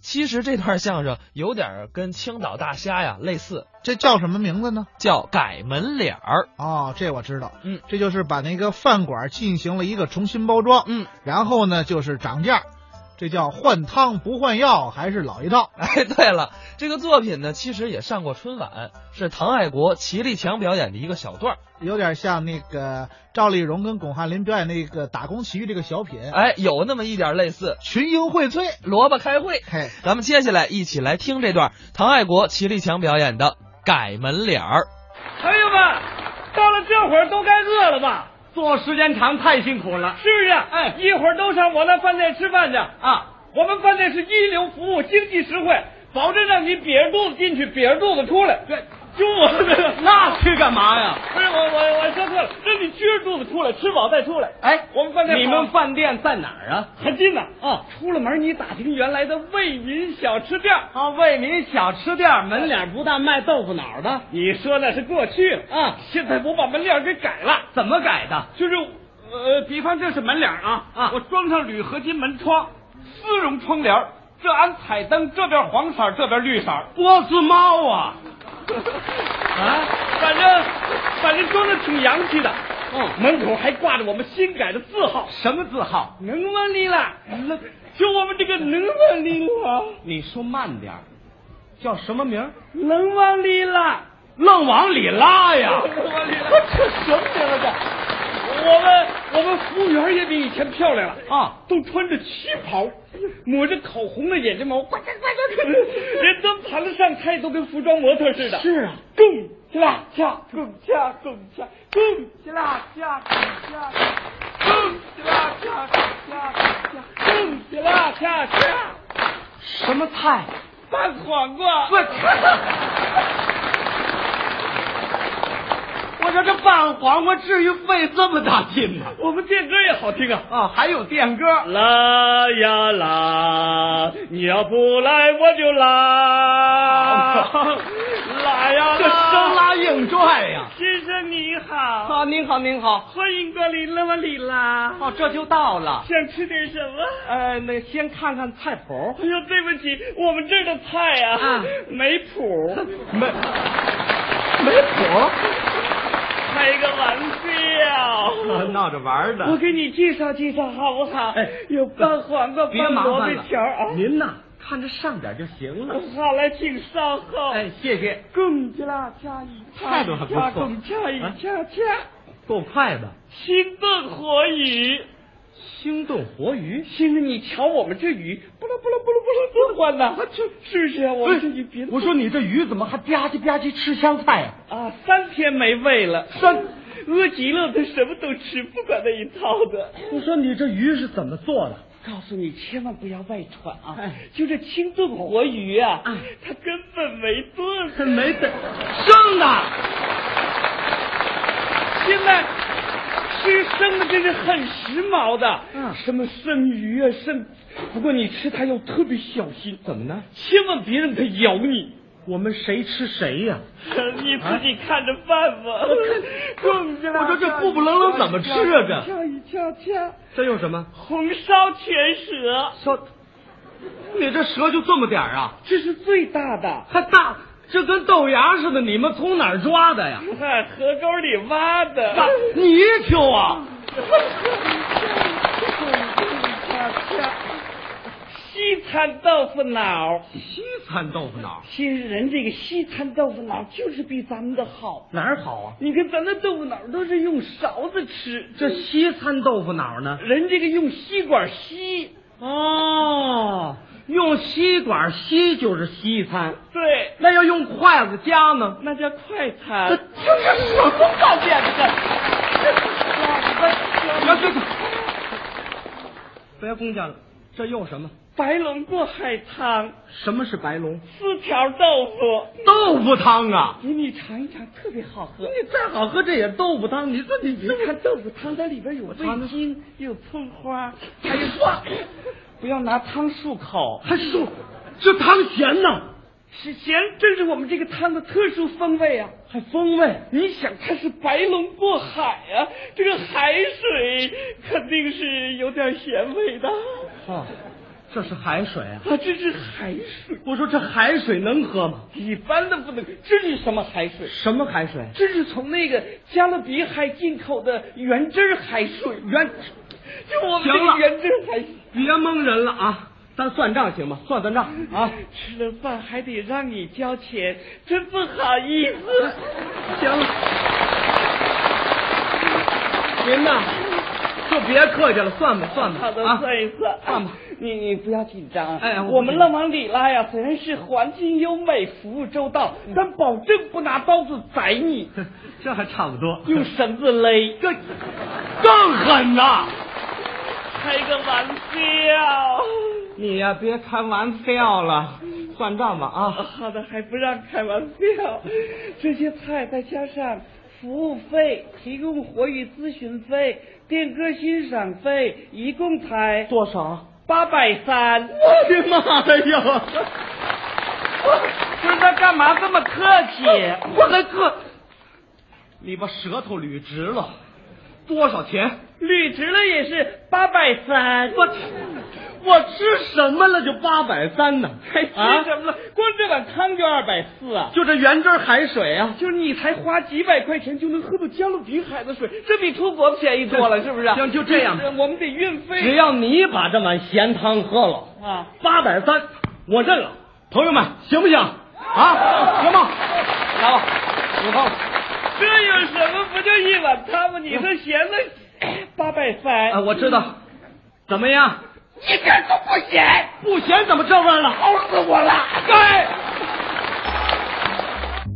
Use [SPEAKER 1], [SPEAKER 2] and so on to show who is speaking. [SPEAKER 1] 其实这段相声有点跟青岛大虾呀类似，
[SPEAKER 2] 这叫什么名字呢？
[SPEAKER 1] 叫改门脸儿。
[SPEAKER 2] 哦，这我知道，
[SPEAKER 1] 嗯，
[SPEAKER 2] 这就是把那个饭馆进行了一个重新包装，
[SPEAKER 1] 嗯，
[SPEAKER 2] 然后呢就是涨价，这叫换汤不换药，还是老一套。
[SPEAKER 1] 哎，对了，这个作品呢，其实也上过春晚，是唐爱国、齐立强表演的一个小段儿。
[SPEAKER 2] 有点像那个赵丽蓉跟巩汉林表演那个《打工奇遇》这个小品，
[SPEAKER 1] 哎，有那么一点类似。
[SPEAKER 2] 群英荟萃。
[SPEAKER 1] 萝卜开会，
[SPEAKER 2] 嘿，
[SPEAKER 1] 咱们接下来一起来听这段唐爱国、齐立强表演的改门脸儿。
[SPEAKER 3] 朋友们，到了这会儿都该饿了吧？
[SPEAKER 4] 坐时间长太辛苦了。
[SPEAKER 3] 是不是？啊
[SPEAKER 4] 哎
[SPEAKER 3] 一会儿都上我那饭店吃饭去啊！我们饭店是一流服务，经济实惠，保证让你瘪着肚子进去，瘪着肚子出来。对，就我的
[SPEAKER 4] 那去干嘛呀？
[SPEAKER 3] 不是我我我说错了，让你撅着肚子出来，吃饱再出来。
[SPEAKER 4] 哎
[SPEAKER 3] 我们饭店
[SPEAKER 4] 你们饭店在哪儿啊？
[SPEAKER 3] 很近呐、
[SPEAKER 4] 哦
[SPEAKER 3] 出了门你打听原来的为民小吃店儿，
[SPEAKER 4] 啊，为民小吃店门脸不但卖豆腐脑的，
[SPEAKER 3] 你说那是过去了
[SPEAKER 4] 啊
[SPEAKER 3] 现在我把门脸儿给改了。
[SPEAKER 4] 怎么改的？
[SPEAKER 3] 就是呃，比方这是门脸儿啊
[SPEAKER 4] 啊
[SPEAKER 3] 我装上铝合金门窗，丝绒窗帘儿，这安彩灯，这边黄色儿，这边绿色儿，
[SPEAKER 4] 波斯猫啊！啊，
[SPEAKER 3] 反正反正装的挺洋气的。
[SPEAKER 4] 嗯，
[SPEAKER 3] 门口还挂着我们新改的字号，
[SPEAKER 4] 什么字号？
[SPEAKER 3] 能问你了，就我们这个能问你了，
[SPEAKER 4] 你说慢点儿，叫什么名儿？
[SPEAKER 3] 能问你了，
[SPEAKER 4] 愣往里拉 呀！
[SPEAKER 3] 往里拉
[SPEAKER 4] 这什么名儿这？
[SPEAKER 3] 我们我们服务员也比以前漂亮了
[SPEAKER 4] 啊，
[SPEAKER 3] 都穿着旗袍，抹着口红的眼睫毛，呱 唧呱唧呱，人都盘了上菜，都跟服装模特似的。
[SPEAKER 4] 是啊，
[SPEAKER 3] 拱起啦恰，拱恰，拱恰，拱起啦恰，拱恰，拱起啦恰，拱恰，拱恰，拱起啦恰恰，
[SPEAKER 4] 什么菜？
[SPEAKER 3] 拌黄瓜。
[SPEAKER 4] 我我说这拌黄瓜至于费这么大劲吗？
[SPEAKER 3] 我们电歌也好听啊。
[SPEAKER 4] 啊，还有电歌，
[SPEAKER 3] 拉呀拉，你要不来我就拉拉呀
[SPEAKER 4] 这生拉
[SPEAKER 3] 拉，
[SPEAKER 4] 硬拽呀！
[SPEAKER 3] 先生你好，
[SPEAKER 4] 啊，您好，您好，
[SPEAKER 3] 欢迎光临勒瓦里拉。
[SPEAKER 4] 哦，这就到了。
[SPEAKER 3] 想吃点什么？
[SPEAKER 4] 呃，那先看看菜谱
[SPEAKER 3] 哎，呦，对不起，我们这儿的菜啊，
[SPEAKER 4] 啊
[SPEAKER 3] 没谱，
[SPEAKER 4] 没没谱，
[SPEAKER 3] 开个玩笑。
[SPEAKER 4] 闹着玩儿
[SPEAKER 3] 我给你介绍介绍好不好？
[SPEAKER 4] 哎
[SPEAKER 3] 有拌黄瓜、
[SPEAKER 4] 别
[SPEAKER 3] 拌
[SPEAKER 4] 麻
[SPEAKER 3] 萝
[SPEAKER 4] 烦
[SPEAKER 3] 卜
[SPEAKER 4] 了
[SPEAKER 3] 条啊。
[SPEAKER 4] 您呐，看着上点就行了。
[SPEAKER 3] 好了，请稍后。
[SPEAKER 4] 哎，谢谢，
[SPEAKER 3] 贡吉拉恰一恰
[SPEAKER 4] 态度还
[SPEAKER 3] 一
[SPEAKER 4] 不
[SPEAKER 3] 恰，
[SPEAKER 4] 错
[SPEAKER 3] 贡恰一
[SPEAKER 4] 啊
[SPEAKER 3] 恰恰，
[SPEAKER 4] 够快的。
[SPEAKER 3] 心动火雨。
[SPEAKER 4] 星动活鱼，
[SPEAKER 3] 先生，你瞧我们这鱼，不啦不啦不啦不啦，多欢呐！是不是啊？我们这鱼别的
[SPEAKER 4] 我说你这鱼怎么还吧唧吧唧吃香菜呀、
[SPEAKER 3] 啊，三天没喂了，
[SPEAKER 4] 三
[SPEAKER 3] 饿极了，他什么都吃，不管那一套的。
[SPEAKER 4] 我说你这鱼是怎么做的？
[SPEAKER 3] 告诉你，千万不要外传啊！
[SPEAKER 4] 哎
[SPEAKER 3] 就这清炖活鱼啊，
[SPEAKER 4] 啊
[SPEAKER 3] 它根本没炖。
[SPEAKER 4] 没得生的，
[SPEAKER 3] 现在吃生的真是很时髦的，
[SPEAKER 4] 嗯
[SPEAKER 3] 什么生鱼啊，生。不过你吃它要特别小心，
[SPEAKER 4] 怎么呢？
[SPEAKER 3] 千万别让它咬你。
[SPEAKER 4] 我们谁吃谁呀、 啊
[SPEAKER 3] 你自己看着办吧。 蹦起来！
[SPEAKER 4] 我说这不不愣愣怎么吃啊这
[SPEAKER 3] 跳一跳跳，
[SPEAKER 4] 这有什么？
[SPEAKER 3] 红烧全蛇，
[SPEAKER 4] 说，你这蛇就这么点儿啊？
[SPEAKER 3] 这是最大的，
[SPEAKER 4] 还大，这跟豆芽似的，你们从哪儿抓的呀？啊
[SPEAKER 3] 在河沟里挖的。
[SPEAKER 4] 泥鳅啊！
[SPEAKER 3] 西餐豆腐脑，
[SPEAKER 4] 西餐豆腐脑
[SPEAKER 3] 其实人这个西餐豆腐脑就是比咱们的好。
[SPEAKER 4] 哪儿好啊？
[SPEAKER 3] 你看咱的豆腐脑都是用勺子吃，
[SPEAKER 4] 这西餐豆腐脑呢？
[SPEAKER 3] 人这个用吸管吸。
[SPEAKER 4] 哦，用吸管吸就是西餐，
[SPEAKER 3] 对，
[SPEAKER 4] 那要用筷子夹呢？
[SPEAKER 3] 那叫快
[SPEAKER 4] 这
[SPEAKER 3] 餐。
[SPEAKER 4] 这什么饭店？这这别公家了，这又什么？
[SPEAKER 3] 白龙过海汤，
[SPEAKER 4] 什么是白龙？
[SPEAKER 3] 四条豆腐。
[SPEAKER 4] 豆腐汤啊！
[SPEAKER 3] 给你尝一尝，特别好喝。
[SPEAKER 4] 你再好喝，这也豆腐汤。你自己
[SPEAKER 3] 你看豆腐汤，它里边有味精，有葱花，还有蒜。不要拿汤漱口，
[SPEAKER 4] 还说这汤咸呢，
[SPEAKER 3] 是咸，正是我们这个汤的特殊风味啊。
[SPEAKER 4] 还风味。
[SPEAKER 3] 你想，它是白龙过海啊，这个海水肯定是有点咸味的。
[SPEAKER 4] 啊，这是海水啊！
[SPEAKER 3] 啊，这是海水，
[SPEAKER 4] 我说这海水能喝吗？
[SPEAKER 3] 一般的不能。这是什么海水？
[SPEAKER 4] 什么海水？
[SPEAKER 3] 这是从那个加勒比海进口的原汁儿海水，
[SPEAKER 4] 原
[SPEAKER 3] 就我们这
[SPEAKER 4] 行了
[SPEAKER 3] 个原汁儿海水。
[SPEAKER 4] 别蒙人了啊！咱算账行吗？算算账啊！
[SPEAKER 3] 吃了饭还得让你交钱，真不好意思。
[SPEAKER 4] 行了，您呐，啊就别客气了，算吧算吧
[SPEAKER 3] 好的，
[SPEAKER 4] 啊！
[SPEAKER 3] 算一算，
[SPEAKER 4] 算吧。
[SPEAKER 3] 你你不要紧张啊！
[SPEAKER 4] 哎我
[SPEAKER 3] 我们浪王里拉呀，虽然是环境优美、服务周到，
[SPEAKER 4] 嗯
[SPEAKER 3] 但保证不拿刀子宰你，
[SPEAKER 4] 这还差不多。
[SPEAKER 3] 用绳子勒，
[SPEAKER 4] 这更狠呐！
[SPEAKER 3] 开个玩笑。
[SPEAKER 4] 你呀、别开玩笑了，算账吧
[SPEAKER 3] 啊
[SPEAKER 4] 啊！
[SPEAKER 3] 好的，还不让开玩笑。这些菜再加上服务费、提供活语咨询费、电歌欣赏费，一共才
[SPEAKER 4] 多少？啊
[SPEAKER 3] 八百三。
[SPEAKER 4] 我的妈呀！
[SPEAKER 3] 不是他干嘛这么客气？
[SPEAKER 4] 我还客，你把舌头捋直了，多少钱？
[SPEAKER 3] 捋直了也是八百三。
[SPEAKER 4] 我我吃什么了就八百三呢？啊
[SPEAKER 3] 还吃什么了？光这碗汤就二百四啊！
[SPEAKER 4] 就这原汁儿海水啊！
[SPEAKER 3] 就是你才花几百块钱就能喝到加勒比海的水，这比出国便宜多 了，是不是？
[SPEAKER 4] 行就这样
[SPEAKER 3] 是我们得运费。
[SPEAKER 4] 只要你把这碗咸汤喝了，
[SPEAKER 3] 啊，
[SPEAKER 4] 八百三，我认了。朋友们，行不行？啊，行吧，来吧，五号。
[SPEAKER 3] 这有什么？不就一碗汤吗？你这闲的八百三，
[SPEAKER 4] 啊，我知道，怎么样？
[SPEAKER 3] 一点都不咸，
[SPEAKER 4] 不咸怎么这味儿了？
[SPEAKER 3] 齁死我了！哎，